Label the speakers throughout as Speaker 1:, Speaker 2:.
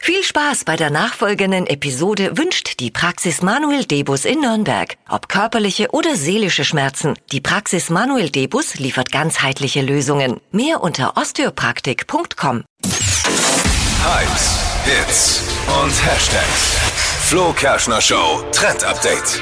Speaker 1: Viel Spaß bei der nachfolgenden Episode wünscht die Praxis Manuel Debus in Nürnberg. Ob körperliche oder seelische Schmerzen, die Praxis Manuel Debus liefert ganzheitliche Lösungen. Mehr unter osteopraktik.com.
Speaker 2: Hypes, Hits und Hashtags. Flo Kerschner Show Trend Update.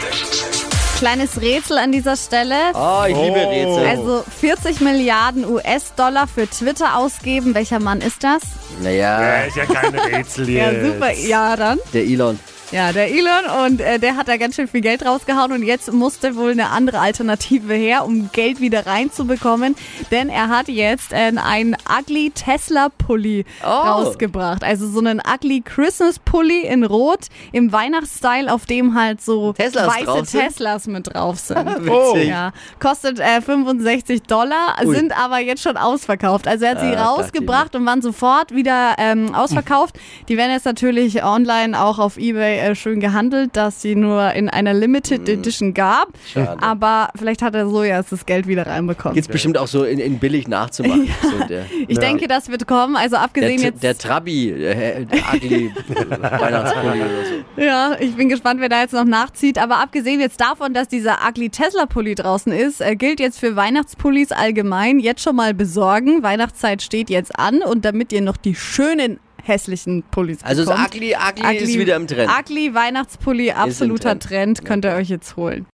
Speaker 3: Kleines Rätsel an dieser Stelle.
Speaker 4: Ah, ich liebe Rätsel.
Speaker 3: Also 40 Milliarden US-Dollar für Twitter ausgeben. Welcher Mann ist das?
Speaker 4: naja,
Speaker 5: Ja, ist ja kein Rätsel jetzt.
Speaker 3: Ja, dann.
Speaker 4: der Elon.
Speaker 3: Ja, der Elon und äh, der hat da ganz schön viel Geld rausgehauen und jetzt musste wohl eine andere Alternative her, um Geld wieder reinzubekommen, denn er hat jetzt äh, einen ugly Tesla Pulli
Speaker 4: Oh.
Speaker 3: rausgebracht, also so einen ugly Christmas Pulli in Rot im Weihnachtsstyle, auf dem halt so
Speaker 4: Teslas drauf
Speaker 3: weiße
Speaker 4: sind?
Speaker 3: Teslas mit drauf sind.
Speaker 4: Witzig.
Speaker 3: Ja, kostet äh, 65 Dollar,
Speaker 4: Ui.
Speaker 3: sind aber jetzt schon ausverkauft. Also er hat sie
Speaker 4: Ah, dachte
Speaker 3: rausgebracht und waren sofort wieder ähm, ausverkauft. Die werden jetzt natürlich online auch auf Ebay äh, schön gehandelt, dass sie nur in einer Limited Edition gab.
Speaker 4: Mhm. Schade.
Speaker 3: Aber vielleicht hat er so ja das Geld wieder reinbekommen.
Speaker 4: Geht's bestimmt auch so in, in billig nachzumachen. So der,
Speaker 3: Ich denke, das wird kommen. Also
Speaker 4: der,
Speaker 3: abgesehen
Speaker 4: T-
Speaker 3: jetzt.
Speaker 4: der Trabi, äh, der ugly Weihnachtspulli oder so.
Speaker 3: Ja, ich bin gespannt, wer da jetzt noch nachzieht. Aber abgesehen jetzt davon, dass dieser ugly Tesla-Pulli draußen ist, äh, gilt jetzt für Weihnachtspullis allgemein jetzt schon mal besorgen. Weihnachtszeit steht jetzt an und damit ihr noch die schönen hässlichen Pullis
Speaker 4: Also so
Speaker 3: bekommt.
Speaker 4: ugly, ugly ist wieder im Trend.
Speaker 3: Ugly Weihnachtspulli, absoluter
Speaker 4: Trend.
Speaker 3: Trend, könnt ihr euch jetzt holen.